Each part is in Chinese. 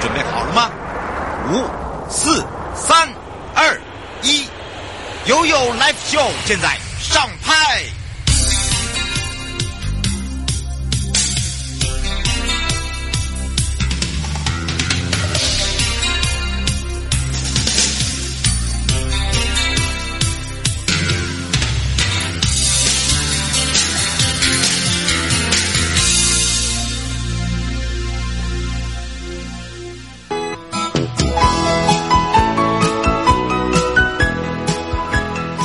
准备好了吗？五、四、三、二、一，悠悠 live show 现在上拍。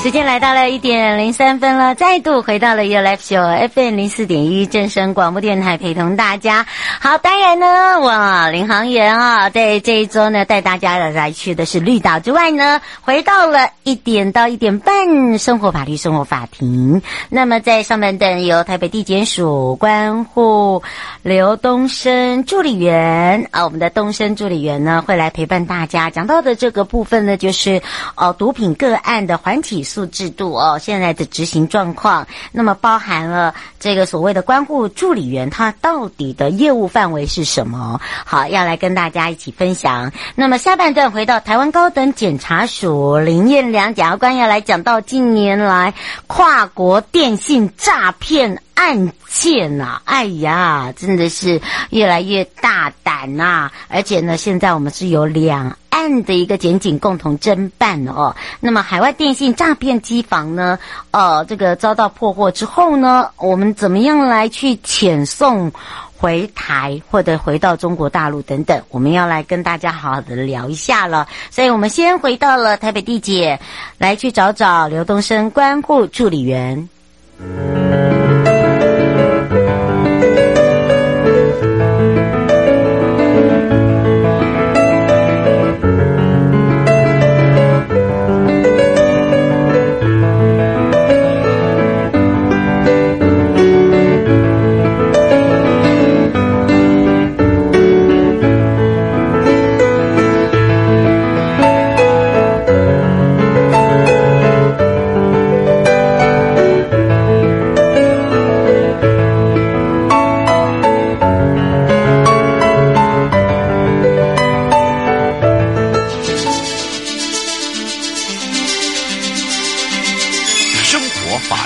时间来到了一点零三分了，再度回到了 Your Life Show FM 零四点一正声广播电台，陪同大家。好，当然呢，我领航员啊，在这一周呢，带大家来去的是绿岛之外呢，回到了一点到一点半生活法律生活法庭。那么在上半段由台北地检署关护刘东升助理员啊，我们的东升助理员呢会来陪伴大家。讲到的这个部分呢，就是呃毒品个案的缓起诉制度哦，现在的执行状况，那么包含了这个所谓的关护助理员，他到底的业务范围是什么？好，要来跟大家一起分享。那么下半段回到台湾高等检察署林彦良检察官要来讲到近年来跨国电信诈骗。案件呐、啊，哎呀，真的是越来越大胆呐、啊！而且呢，现在我们是有两岸的一个检警共同侦办哦。那么，海外电信诈骗机房呢，呃，这个遭到破获之后呢，我们怎么样来去遣送？回台或者回到中国大陆等等，我们要来跟大家好好的聊一下了。所以我们先回到了台北地检，来去找找刘东升关护助理员。生活法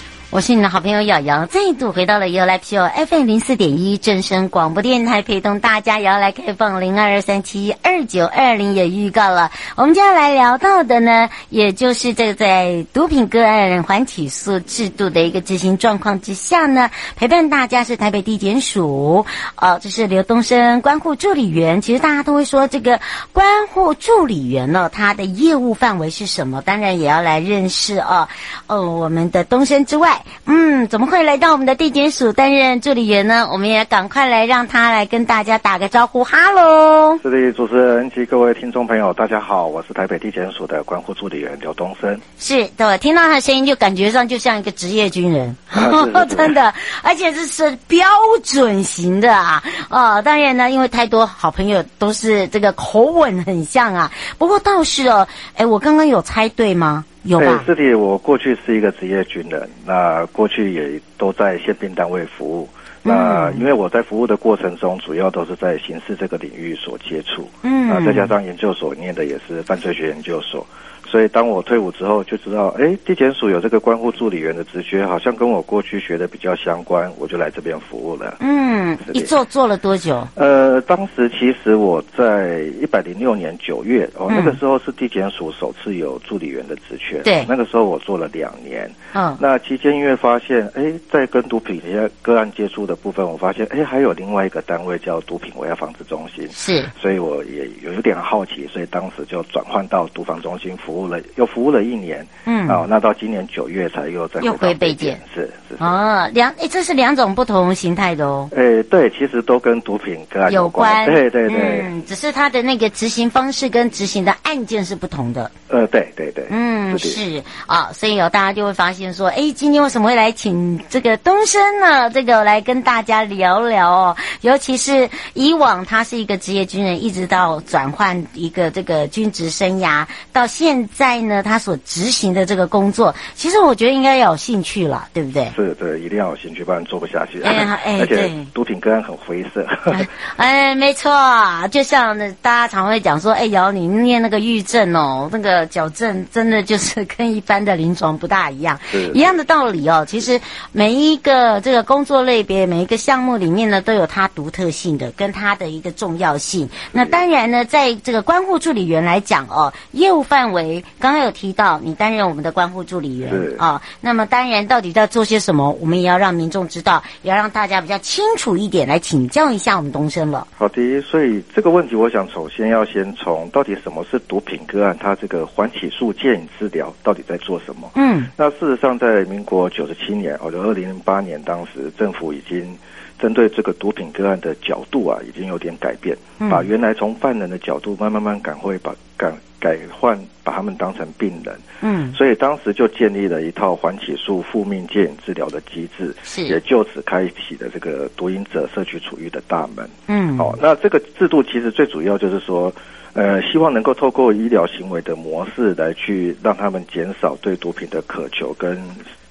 我是你的好朋友瑶瑶，再度回到了 U Life Show FM 零四点一正声广播电台，陪同大家也要来开放零二二三七二九二零，也预告了。我们接下来聊到的呢，也就是这个在毒品个案缓起诉制度的一个执行状况之下呢，陪伴大家是台北地检署，呃，这是刘东升关护助理员。其实大家都会说这个关护助理员呢、他的业务范围是什么？当然也要来认识哦，哦，我们的东升之外，嗯，怎么会来到我们的地检署担任助理员呢？我们也赶快来让他来跟大家打个招呼，哈喽。这里主持人及各位听众朋友，大家好，我是台北地检署的关护助理员刘东升。是的，我听到他的声音就感觉上就像一个职业军人， 啊是是 真的，而且这是标准型的啊。哦，当然呢，因为太多好朋友都是这个口吻很像啊。不过倒是哦，哎，我刚刚有猜对吗？有对吧，？哎这里我过去是一个职业军人，那过去也都在宪兵单位服务。那因为我在服务的过程中，主要都是在刑事这个领域所接触，嗯那再加上研究所念的也是犯罪学研究所，所以当我退伍之后就知道，哎，地检署有这个关护助理员的职缺，好像跟我过去学的比较相关，我就来这边服务了。嗯，是的一做做了多久？呃，当时其实我在一百零六年九月，哦，嗯那个时候是地检署首次有助理员的职缺，对那个时候我做了两年。嗯那期间因为发现，哎，在跟毒品个案接触的部分，我发现，哎，还有另外一个单位叫毒品危害防治中心，是，所以我也有点好奇，所以当时就转换到毒防中心服务了，又服务了一年。嗯啊、那到今年九月才又再又到回北检检，是是是。哦，两诶，这是两种不同形态的哦。诶，对，其实都跟毒品个案有关，关，对对对，嗯，只是它的那个执行方式跟执行的案件是不同的，呃，对对对，嗯，是的，是啊、所以有大家就会发现说，哎，今天为什么会来请这个东升呢？这个来跟大家聊聊哦，尤其是以往他是一个职业军人，一直到转换一个这个军职生涯，到现在呢，他所执行的这个工作，其实我觉得应该要有兴趣了，对不对？是对，一定要有兴趣，不然做不下去。哎 呀哎而且对毒品个案很灰色，哎，没错，就像那大家常会讲说，哎，瑶，你念那个狱政哦，那个矫正真的就是跟一般的临床不大一样是，一样的道理哦。其实每一个这个工作类别、每一个项目里面呢，都有它独特性的，跟它的一个重要性。那当然呢，在这个关护助理员来讲哦，业务范围刚刚有提到，你担任我们的关护助理员是啊、那么当然，到底在做些什么，我们也要让民众知道，也要让大家比较清楚一点，来请教一下我们东升了。 好的，所以这个问题，我想首先要先从到底什么是毒品个案，它这个缓起诉建议治疗到底在做什么？嗯，那事实上，在民国九十七年，哦，就二零零八年，当时政府已经针对这个毒品个案的角度啊，已经有点改变，嗯把原来从犯人的角度，慢慢慢赶会把改改换，把他们当成病人。嗯，所以当时就建立了一套缓起诉复命戒瘾治疗的机制，是也就此开启了这个毒瘾者社区处遇的大门。嗯，好、那这个制度其实最主要就是说，呃，希望能够透过医疗行为的模式来去让他们减少对毒品的渴求跟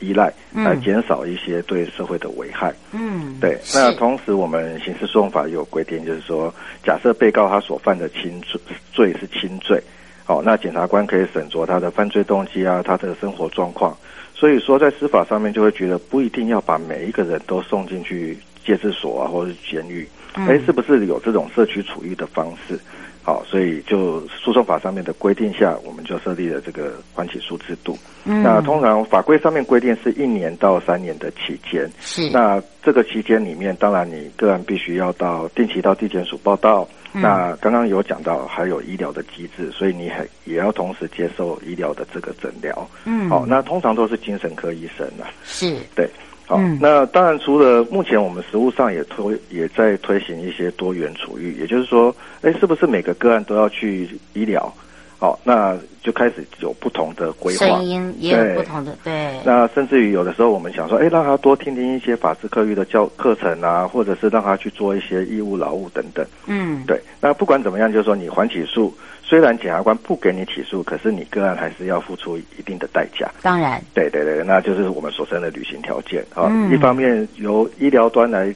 依赖，嗯来减少一些对社会的危害。嗯，对，是那同时我们刑事诉讼法也有规定，就是说，假设被告他所犯的轻罪罪是轻罪，哦，那检察官可以审酌他的犯罪动机啊，他的生活状况。所以说，在司法上面就会觉得不一定要把每一个人都送进去戒治所啊，或者是监狱。嗯哎，是不是有这种社区处遇的方式？好，所以就诉讼法上面的规定下，我们就设立了这个缓起诉制度。嗯那通常法规上面规定是一年到三年的期间。是那这个期间里面，当然你个人必须要到定期到地检署报到。嗯那刚刚有讲到，还有医疗的机制，所以你还也要同时接受医疗的这个诊疗。嗯好、那通常都是精神科医生啊。是对，好、嗯那当然除了目前我们实务上也推也在推行一些多元处遇，也就是说，哎，是不是每个个案都要去医疗？好、那就开始有不同的规划。声音也有对不同的，对，那甚至于有的时候，我们想说，哎，让他多听听一些法治课育的教课程啊，或者是让他去做一些义务劳务等等。嗯，对，那不管怎么样，就是说你还起诉，虽然检察官不给你起诉，可是你个案还是要付出一定的代价。当然，对对对，那就是我们所称的履行条件啊。嗯一方面由医疗端来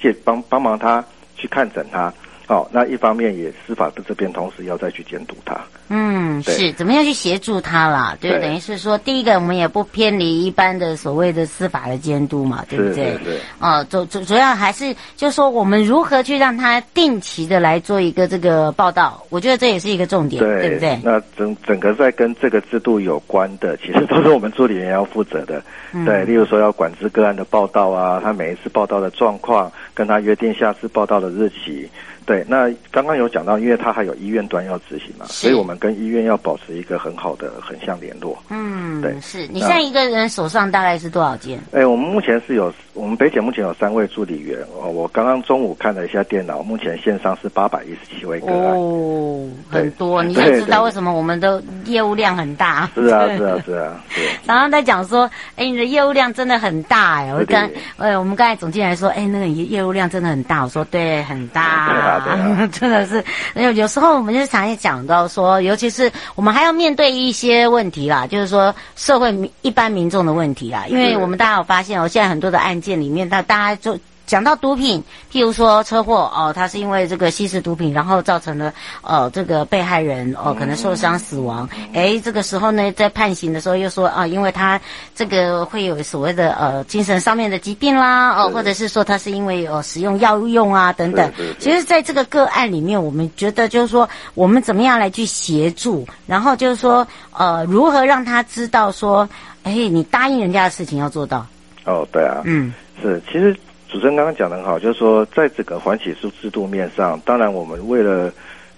借帮帮忙他去看诊他，哦，那一方面也司法这边同时要再去监督他。嗯，对是怎么样去协助他啦？对，对等于是说，第一个我们也不偏离一般的所谓的司法的监督嘛，对不是对？是是呃，主主主要还是就是说，我们如何去让他定期的来做一个这个报道，我觉得这也是一个重点，对不对？那整整个在跟这个制度有关的，其实都是我们助理员要负责的。嗯对，例如说要管制个案的报道啊，他每一次报道的状况，跟他约定下次报道的日期。对，那刚刚有讲到，因为他还有医院端要执行嘛，是所以我们跟医院要保持一个很好的横向联络。嗯，对是你现在一个人手上大概是多少件？哎，我们目前是有，我们北检目前有三位助理员哦。我刚刚中午看了一下电脑，目前线上是八百一十七位个案。哦，对很多，你就对知道对为什么我们的业务量很大。是啊，是啊，是啊，是啊。常常在讲说，哎，你的业务量真的很大哎。 我对刚对，呃，我们刚才总监来说，哎，那个业业务量真的很大。我说对，很大，对啊对啊 真的是。有有时候我们就常也讲到说，尤其是我们还要面对一些问题啦，就是说社会民一般民众的问题啦，因为是我们大家有发现哦，现在很多的案件里面，大大家就。讲到毒品，譬如说车祸哦，他是因为这个吸食毒品，然后造成了呃这个被害人哦可能受伤死亡。哎，这个时候呢，在判刑的时候又说啊、因为他这个会有所谓的呃精神上面的疾病啦，哦，是或者是说他是因为呃使用药物用啊等等是是。是其实，在这个个案里面，我们觉得就是说，我们怎么样来去协助，然后就是说呃如何让他知道说，哎，你答应人家的事情要做到，哦，对啊，嗯。是，其实主持人刚刚讲的很好，就是说在整个缓起诉制度面上，当然我们为了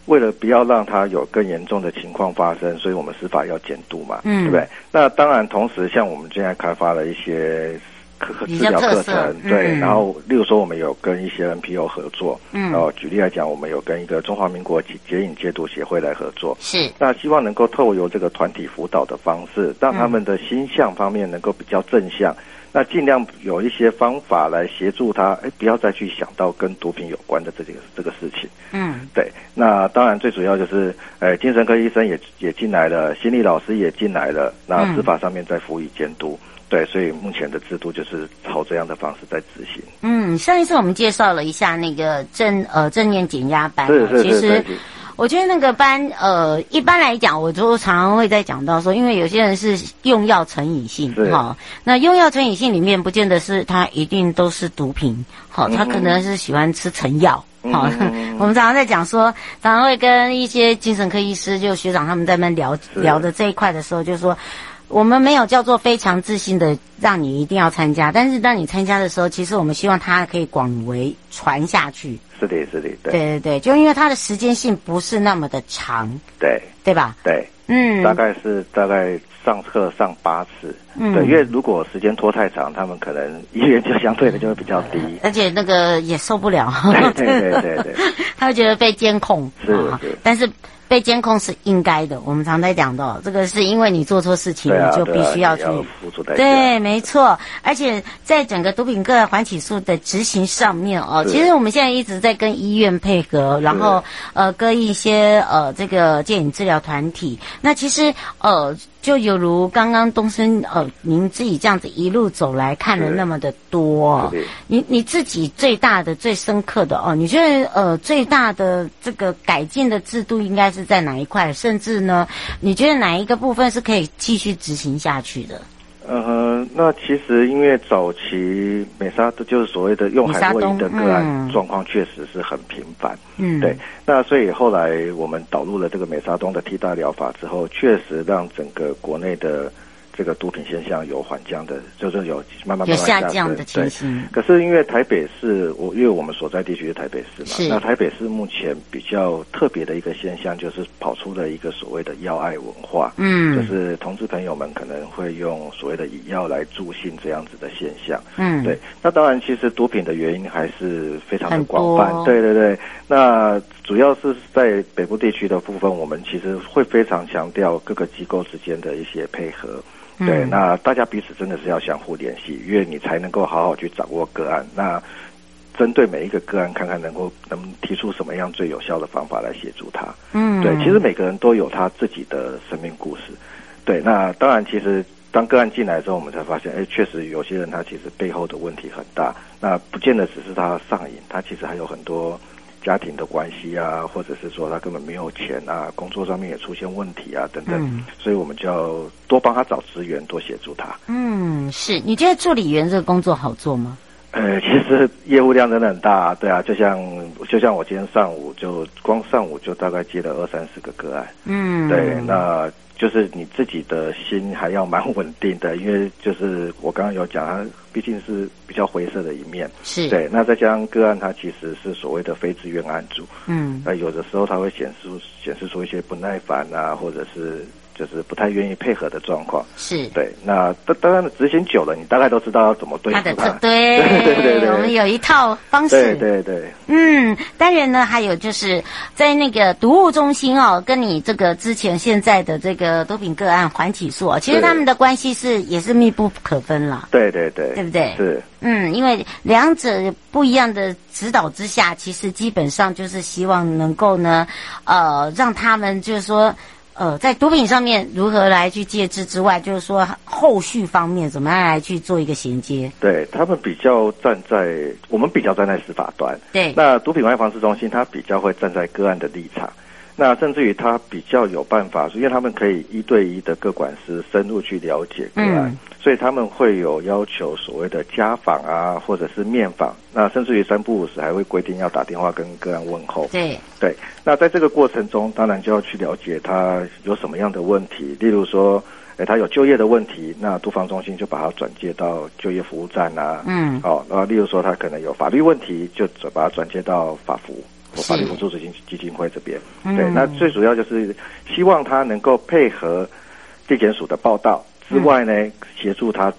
为了不要让它有更严重的情况发生，所以我们司法要监督嘛，嗯对不对？那当然，同时像我们现在开发了一些课比治较疗特课色程，对，嗯然后例如说我们有跟一些 NPO 合作，嗯然后举例来讲，我们有跟一个中华民国解瘾戒毒协会来合作，是，那希望能够透由这个团体辅导的方式，让嗯他们的心向方面能够比较正向，那尽量有一些方法来协助他，哎，不要再去想到跟毒品有关的这个这个事情。嗯对，那当然最主要就是，呃，精神科医生也也进来了，心理老师也进来了，那嗯司法上面在辅以监督。对，所以目前的制度就是朝这样的方式在执行。嗯，上一次我们介绍了一下那个正呃正念减压班是哦，是其是实是。是我觉得那个班呃，一般来讲，我都常常会在讲到说，因为有些人是用药成瘾性是那用药成瘾性里面不见得是他一定都是毒品，好、他可能是喜欢吃成药。好，嗯 我们常常在讲说，常常会跟一些精神科医师，就学长他们在那边聊是聊的这一块的时候，就说我们没有叫做非常自信的让你一定要参加，但是当你参加的时候，其实我们希望它可以广为传下去。是的，是的，对对对对，就因为它的时间性不是那么的长，对对吧？对。嗯，大概是大概上课上八次，嗯对，因为如果时间拖太长，他们可能意愿就相对的就会比较低。而且那个也受不 了，对对对对对，他会觉得被监控，是啊是但是被监控是应该的。我们常在讲的，这个是因为你做错事情，对啊， 你就必对啊须要你去要付出代价。对，没错。而且在整个毒品个案缓起诉的执行上面哦，是其实我们现在一直在跟医院配合，然后呃跟一些呃这个戒瘾治疗团体。那其实呃就有如刚刚东升呃您自己这样子一路走来看了是那么的多哦是的，你你自己最大的最深刻的哦，你觉得呃最大的这个改进的制度应该是在哪一块？甚至呢，你觉得哪一个部分是可以继续执行下去的？呃，那其实因为早期美沙都就是所谓的用海洛因的个美沙东案嗯状况确实是很频繁，嗯，对，那所以后来我们导入了这个美沙东的替代疗法之后，确实让整个国内的这个毒品现象有缓降的，就是有慢慢慢慢有下降升的对情形。可是因为台北市，我因为我们所在地区是台北市是嘛，那台北市目前比较特别的一个现象，就是跑出了一个所谓的药爱文化，就嗯是同志朋友们可能会用所谓的以药来助兴这样子的现象。嗯，对，那当然，其实毒品的原因还是非常的广很多泛。对对对，那主要是在北部地区的部分，我们其实会非常强调各个机构之间的一些配合。对，嗯那大家彼此真的是要相互联系，因为你才能够好好去掌握个案。那针对每一个个案，看看能够能提出什么样最有效的方法来协助他。嗯，对，其实每个人都有他自己的生命故事。对，那当然，其实当个案进来之后，我们才发现，哎，确实有些人他其实背后的问题很大，那不见得只是他上瘾，他其实还有很多家庭的关系啊，或者是说他根本没有钱啊，工作上面也出现问题啊等等，嗯所以我们就要多帮他找资源，多协助他。嗯是，你觉得助理员这个工作好做吗？呃， 其实业务量真的很大，对啊，就像就像我今天上午就光上午就大概接了二三十个个案。嗯，对，那就是你自己的心还要蛮稳定的， 因为就是我刚刚有讲，它毕竟是比较灰色的一面。是，对，那再加上个案，它其实是所谓的非自愿案组，嗯那有的时候它会显示出显示出一些不耐烦啊，或者是就是不太愿意配合的状况。是。对，那当当然执行久了，你大概都知道要怎么对他付的特它。对， 对对对我们有一套方式。对对对，嗯，当然呢，还有就是在那个毒物中心哦，跟你这个之前现在的这个毒品个案缓起诉哦，其实对他们的关系是也是密不可分啦。对对对，对不对是。嗯，因为两者不一样的指导之下，其实基本上就是希望能够呢，呃，让他们就是说呃，在毒品上面如何来去戒治之外，就是说后续方面怎么样来去做一个衔接？对他们比较站在我们比较站在司法端，对，那毒品外防治中心它比较会站在个案的立场，那甚至于它比较有办法，因为他们可以一对一的各管师深入去了解个案，嗯所以他们会有要求所谓的家访啊，或者是面访，那甚至于三不五时还会规定要打电话跟个案问候。对，对，那在这个过程中，当然就要去了解他有什么样的问题，例如说，诶，他有就业的问题，那毒防中心就把他转介到就业服务站啊，嗯，哦，然后例如说他可能有法律问题，就转把他转接到法服。或是法律辅助基金基金会这边，嗯对，那最主要就是希望他能够配合地检署的报道嗯之外呢，协助他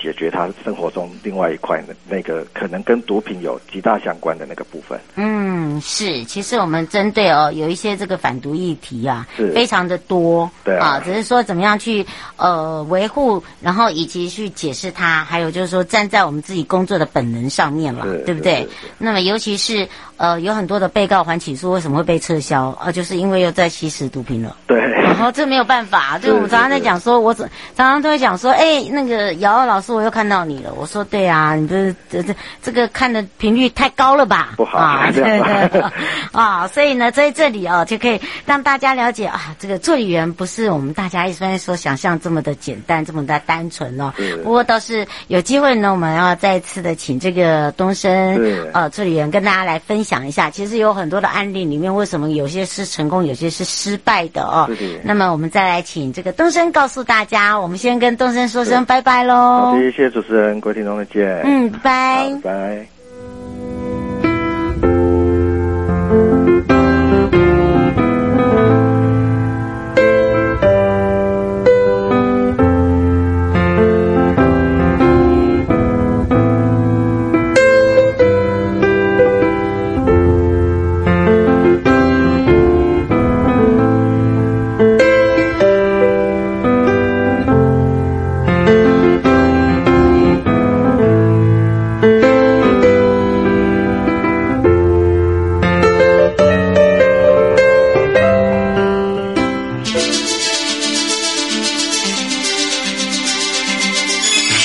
解决他生活中另外一块那那个可能跟毒品有极大相关的那个部分。嗯，是，其实我们针对哦，有一些这个反毒议题啊是，非常的多，对啊只是说怎么样去呃维护，然后以及去解释它，还有就是说站在我们自己工作的本能上面嘛是，对不是对是？那么尤其是呃有很多的被告还起诉为什么会被撤销啊、就是因为又在吸食毒品了。对，然后这没有办法，就是我们常常在是是讲说，我怎常常都会讲说，哎，那个瑶瑶老师，我又看到你了。我说对啊，你这这这这个看的频率太高了吧？不好啊，这样吧对 对啊，所以呢，在这里哦，就可以让大家了解啊，这个助理员不是我们大家一般所想象这么的简单，这么的单纯哦是。不过倒是有机会呢，我们要再次的请这个东升是呃助理员跟大家来分享一下，其实有很多的案例里面，为什么有些是成功，有些是失败的哦。是的那么我们再来请这个东升告诉大家，我们先跟东升说声拜拜好喽的，。谢谢主持人，各位听众再见。哦嗯，拜好，拜。拜拜。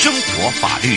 生活法律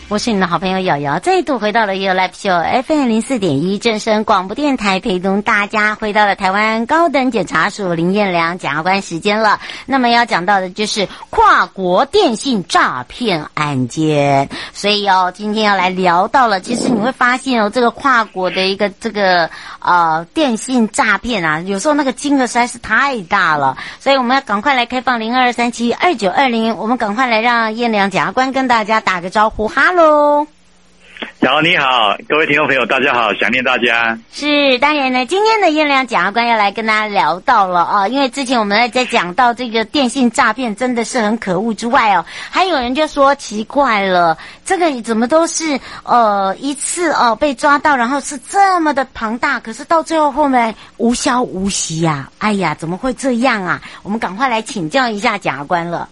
我是你的好朋友瑶瑶，再度回到了 You Life Show FM 零四点一正声广播电台，陪同大家回到了台湾高等检察署林彦良检察官时间了。那么要讲到的就是跨国电信诈骗案件，所以哦，今天要来聊到了。其实你会发现哦，这个跨国的一个这个呃电信诈骗啊，有时候那个金额实在是太大了，所以我们要赶快来开放零二三七二九二零，我们赶快来让燕良检察官跟大家打个招呼，哈喽。小你好，各位听众朋友，大家好，想念大家。 是，当然呢，今天的燕良检察官要来跟大家聊到了啊，因为之前我们在讲到这个电信诈骗真的是很可恶之外哦，还有人就说奇怪了，这个怎么都是呃一次哦被抓到，然后是这么的庞大，可是到最后后面无消无息呀、哎呀，怎么会这样啊？我们赶快来请教一下检察官了。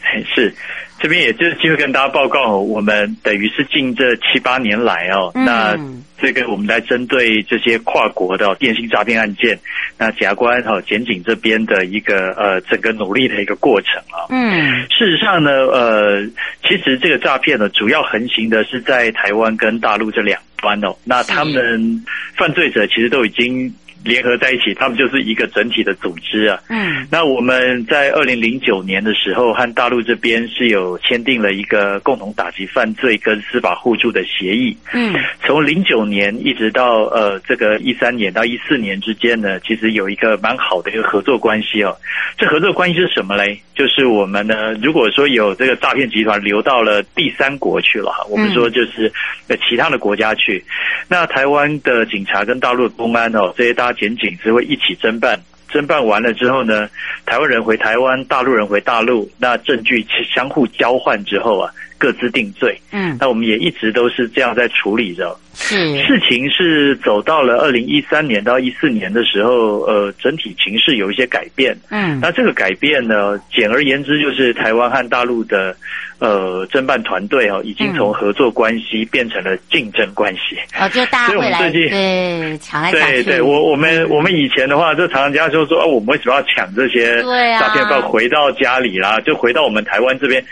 嘿是，这边也就是机会跟大家报告哦，我们等于是近这七八年来哦，嗯那这个我们来针对这些跨国的哦电信诈骗案件，那检察官哦检警这边的一个呃整个努力的一个过程啊、哦。嗯，事实上呢，呃，其实这个诈骗呢，主要横行的是在台湾跟大陆这两端哦。那他们犯罪者其实都已经联合在一起，他们就是一个整体的组织啊。嗯，那我们在二零零九年的时候，和大陆这边是有签订了一个共同打击犯罪跟司法互助的协议。嗯，从零九年一直到呃这个一三年到一四年之间呢，其实有一个蛮好的一个合作关系哦。这合作关系是什么嘞？就是我们呢，如果说有这个诈骗集团流到了第三国去了哈，我们说就是呃其他的国家去，那台湾的警察跟大陆的公安哦，这些大家检警是会一起侦办。侦办完了之后呢，台湾人回台湾，大陆人回大陆，那证据相互交换之后啊，各自定罪。 嗯，那我们也一直都是这样在处理着。哦是，事情是走到了二零一三年到一四年的时候，呃，整体情势有一些改变。嗯那这个改变呢，简而言之就是台湾和大陆的呃侦办团队哦，已经从合作关嗯系变成了竞争关系。哦，就大家所以我会们来最近对抢来抢对去，对，我我们我们以前的话，就常常人家就说，哦，我们为什么要抢这些对啊诈骗犯回到家里啦？就回到我们台湾这边，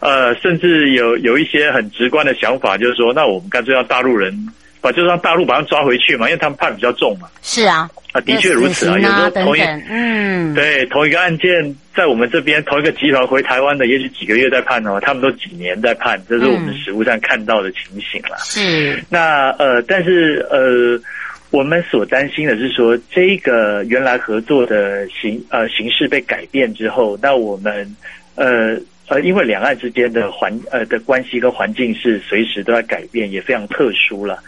呃，甚至有有一些很直观的想法，就是说，那我们干脆让大陆人把，就让大陆把他们抓回去嘛，因为他们判比较重嘛。是啊，啊，的确如此啊，死有刑时候等同一等，嗯，对，同一个案件，在我们这边同一个集团回台湾的，也许几个月在判哦，他们都几年在判，这是我们嗯实务上看到的情形啦。是，那呃，但是呃，我们所担心的是说，这个原来合作的形呃形式被改变之后，那我们呃呃，因为两岸之间的环呃的关系跟环境是随时都在改变，也非常特殊了。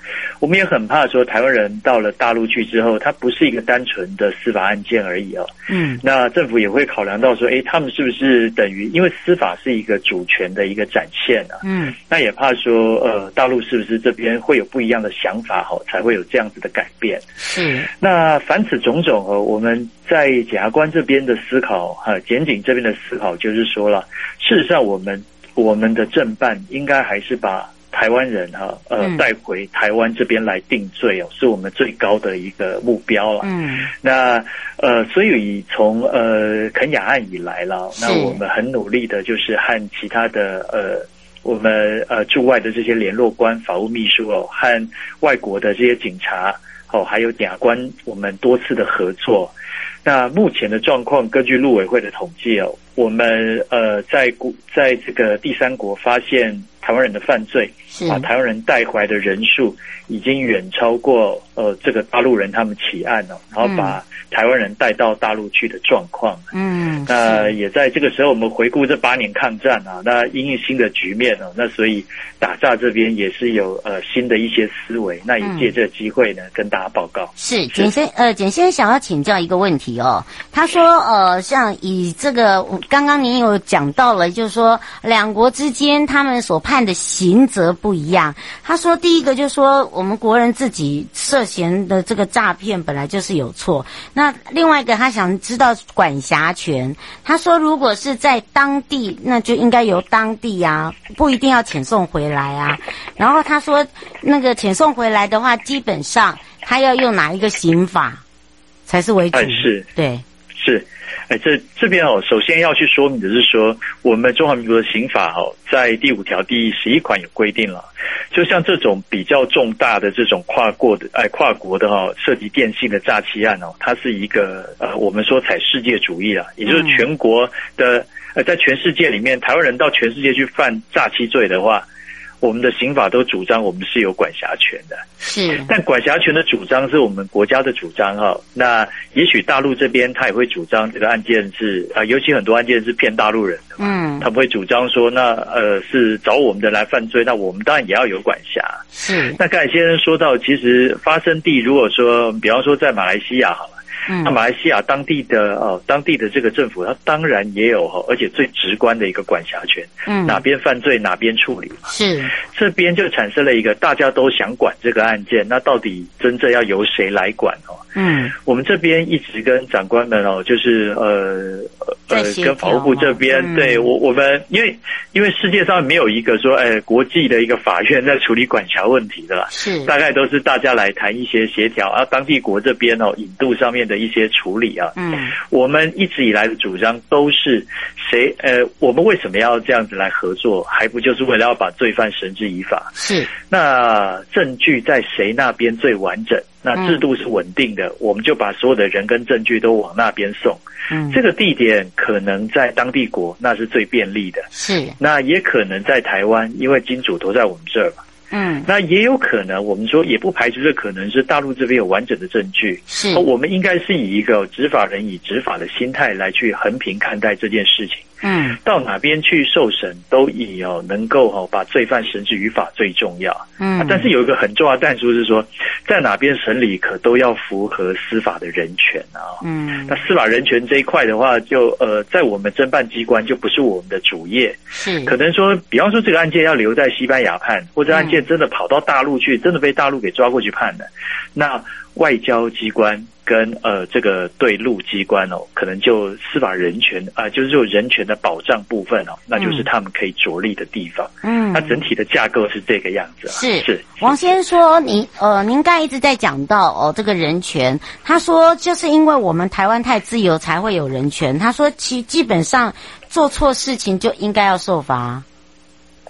我们也很怕说，台湾人到了大陆去之后，它不是一个单纯的司法案件而已哦。嗯那政府也会考量到说，诶，他们是不是等于因为司法是一个主权的一个展现啊？嗯那也怕说，呃，大陆是不是这边会有不一样的想法，哈，才会有这样子的改变。是，那凡此种种，哦，我们在检察官这边的思考，哈、检警这边的思考，就是说了，事实上，我们我们的政办应该还是把台湾人，哈、嗯呃，带回台湾这边来定罪哦，是我们最高的一个目标了。嗯那呃，所以从呃肯雅案以来了，是那我们很努力的，就是和其他的呃。我们呃驻外的这些联络官、法务秘书哦，和外国的这些警察哦，还有检察官，我们多次的合作。那目前的状况，根据陆委会的统计哦，我们呃在国在这个第三国发现台湾人的犯罪，是，把台湾人带回来的人数已经远超过呃这个大陆人他们起案哦，然后把台湾人带到大陆去的状况。嗯那是，也在这个时候，我们回顾这八年抗战啊，那因应新的局面哦，那所以打诈这边也是有呃新的一些思维，那也借这个机会呢、跟大家报告。是简先呃，简先生想要请教一个问题哦。他说呃，像以这个刚刚您有讲到了，就是说两国之间他们所判的刑责不一样。他说第一个就是说我们国人自己涉嫌的这个诈骗本来就是有错，那另外一个他想知道管辖权。他说如果是在当地，那就应该由当地啊，不一定要遣送回来啊。然后他说那个遣送回来的话，基本上。他要用哪一个刑法才是为主？哎是对，是，哎，这这边哦，首先要去说明的是说，我们中华民国的刑法哦，在第五条第十一款有规定了，就像这种比较重大的这种跨过的哎跨国的哦，涉及电信的诈欺案哦，它是一个呃，我们说采世界主义啊，也就是嗯全国的、呃，在全世界里面，台湾人到全世界去犯诈欺罪的话。我们的刑法都主张我们是有管辖权的，是，但管辖权的主张是我们国家的主张哈、那也许大陆这边他也会主张这个案件是啊、呃尤其很多案件是骗大陆人的嘛，嗯，他们会主张说那呃是找我们的来犯罪，那我们当然也要有管辖。是，那刚才先生说到，其实发生地如果说比方说在马来西亚好了。那嗯，马来西亚当地的呃当地的这个政府，它当然也有哈，而且最直观的一个管辖权，哪嗯，边犯罪哪边处理。是，这边就产生了一个大家都想管这个案件，那到底真正要由谁来管哦？嗯，我们这边一直跟长官们哦，就是呃在呃协调跟法务部这边，嘛嗯对我我们因为因为世界上没有一个说哎国际的一个法院在处理管辖问题的啦。是，大概都是大家来谈一些协调，啊，当地国这边哦引渡上面的一些处理啊，嗯，我们一直以来的主张都是谁呃，我们为什么要这样子来合作？还不就是为了要把罪犯绳之以法？是，那证据在谁那边最完整？那制度是稳定的，我们就把所有的人跟证据都往那边送。嗯，这个地点可能在当地国，那是最便利的。是，那也可能在台湾，因为金主都在我们这儿嘛。嗯，那也有可能，我们说也不排除这可能是大陆这边有完整的证据。是呃，我们应该是以一个执法人以执法的心态来去横平看待这件事情。嗯到哪边去受审，都以哦能够哦把罪犯绳之于法最重要。嗯啊，但是有一个很重要的但书是说，在哪边审理可都要符合司法的人权啊。嗯那司法人权这一块的话，就呃，在我们侦办机关就不是我们的主业，是嗯可能说，比方说这个案件要留在西班牙判，或者案件真的跑到大陆去，真的被大陆给抓过去判了，那外交机关跟呃这个对陆机关哦，可能就司法人权啊、就是就人权的保障部分哦，那就是他们可以着力的地方。嗯它整体的架构是这个样子、啊。是是，王先生说，您呃，您刚才一直在讲到哦，这个人权，他说就是因为我们台湾太自由才会有人权。他说其基本上做错事情就应该要受罚。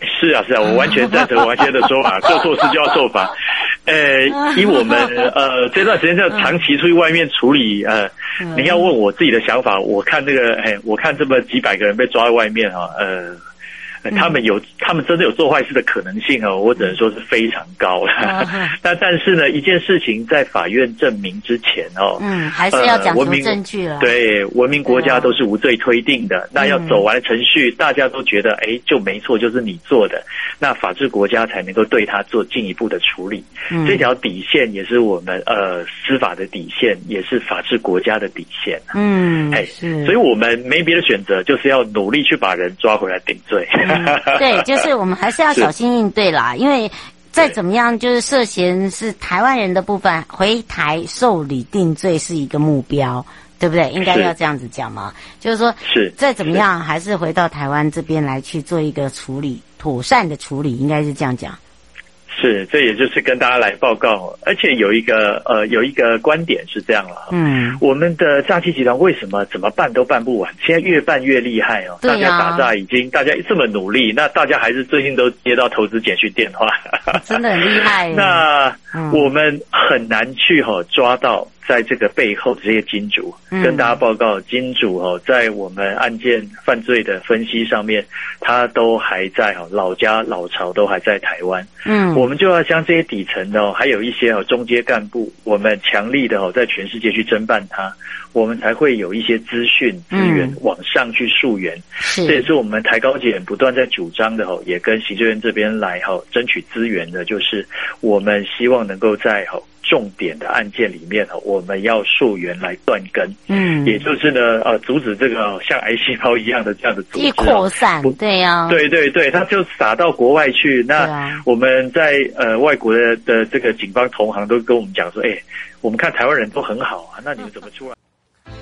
是啊，是啊，我完全赞成王先生的说法，做错事就要受罚。呃， 以我们呃这段时间要长期出去外面处理，呃，嗯你要问我自己的想法，我看这个，哎，我看这么几百个人被抓在外面啊，呃。呃他们有，他们真的有做坏事的可能性哦，我只能说是非常高了嗯。 那但是呢，一件事情在法院证明之前哦，嗯，还是要讲呃求文明证据了。，对，文明国对啊家都是无罪推定嗯的，那要走完程序，大家都觉得哎，就没错，就是你做的，那法治国家才能够对他做进一步的处理。嗯这条底线也是我们呃司法的底线，也是法治国家的底线。嗯哎，是，所以我们没别的选择，就是要努力去把人抓回来顶罪。对，就是我们还 是要小心应对啦，因为再怎么样，就是涉嫌是台湾人的部分，回台受理定罪是一个目标，对不对？应该是要这样子讲嘛，就是说， 是再怎么样，还是回到台湾这边来去做一个处理，妥善的处理，应该是这样讲。是，这也就是跟大家来报告，而且有一个呃有一个观点是这样了哈。嗯我们的诈欺集团为什么怎么办都办不完？现在越办越厉害哦！对啊大家打诈已经大家这么努力，那大家还是最近都接到投资简讯电话，真的很厉害耶。 那嗯我们很难去哈、抓到在这个背后这些金主。嗯跟大家报告，金主哦，在我们案件犯罪的分析上面，他都还在哦，老家老巢都还在台湾。嗯我们就要将这些底层的、哦，还有一些哦中阶干部，我们强力的哦，在全世界去侦办它，我们才会有一些资讯资源嗯往上去溯源。这也是是我们台高检不断在主张的哦，也跟行政院这边来哦争取资源的，就是我们希望能够在哦重点的案件里面哦，我们要溯源来断根，嗯也就是呢呃阻止这个、哦、像癌细胞一样的这样的组织、一哦、扩散不，对呀，对对对，他就撒到国外去。对啊那我们在呃外国的的这个警方同行都跟我们讲说，哎，我们看台湾人都很好啊，那你们怎么出来？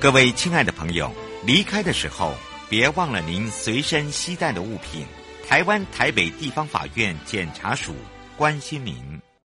各位亲爱的朋友，离开的时候别忘了您随身携带的物品。台湾台北地方法院检察署关心您。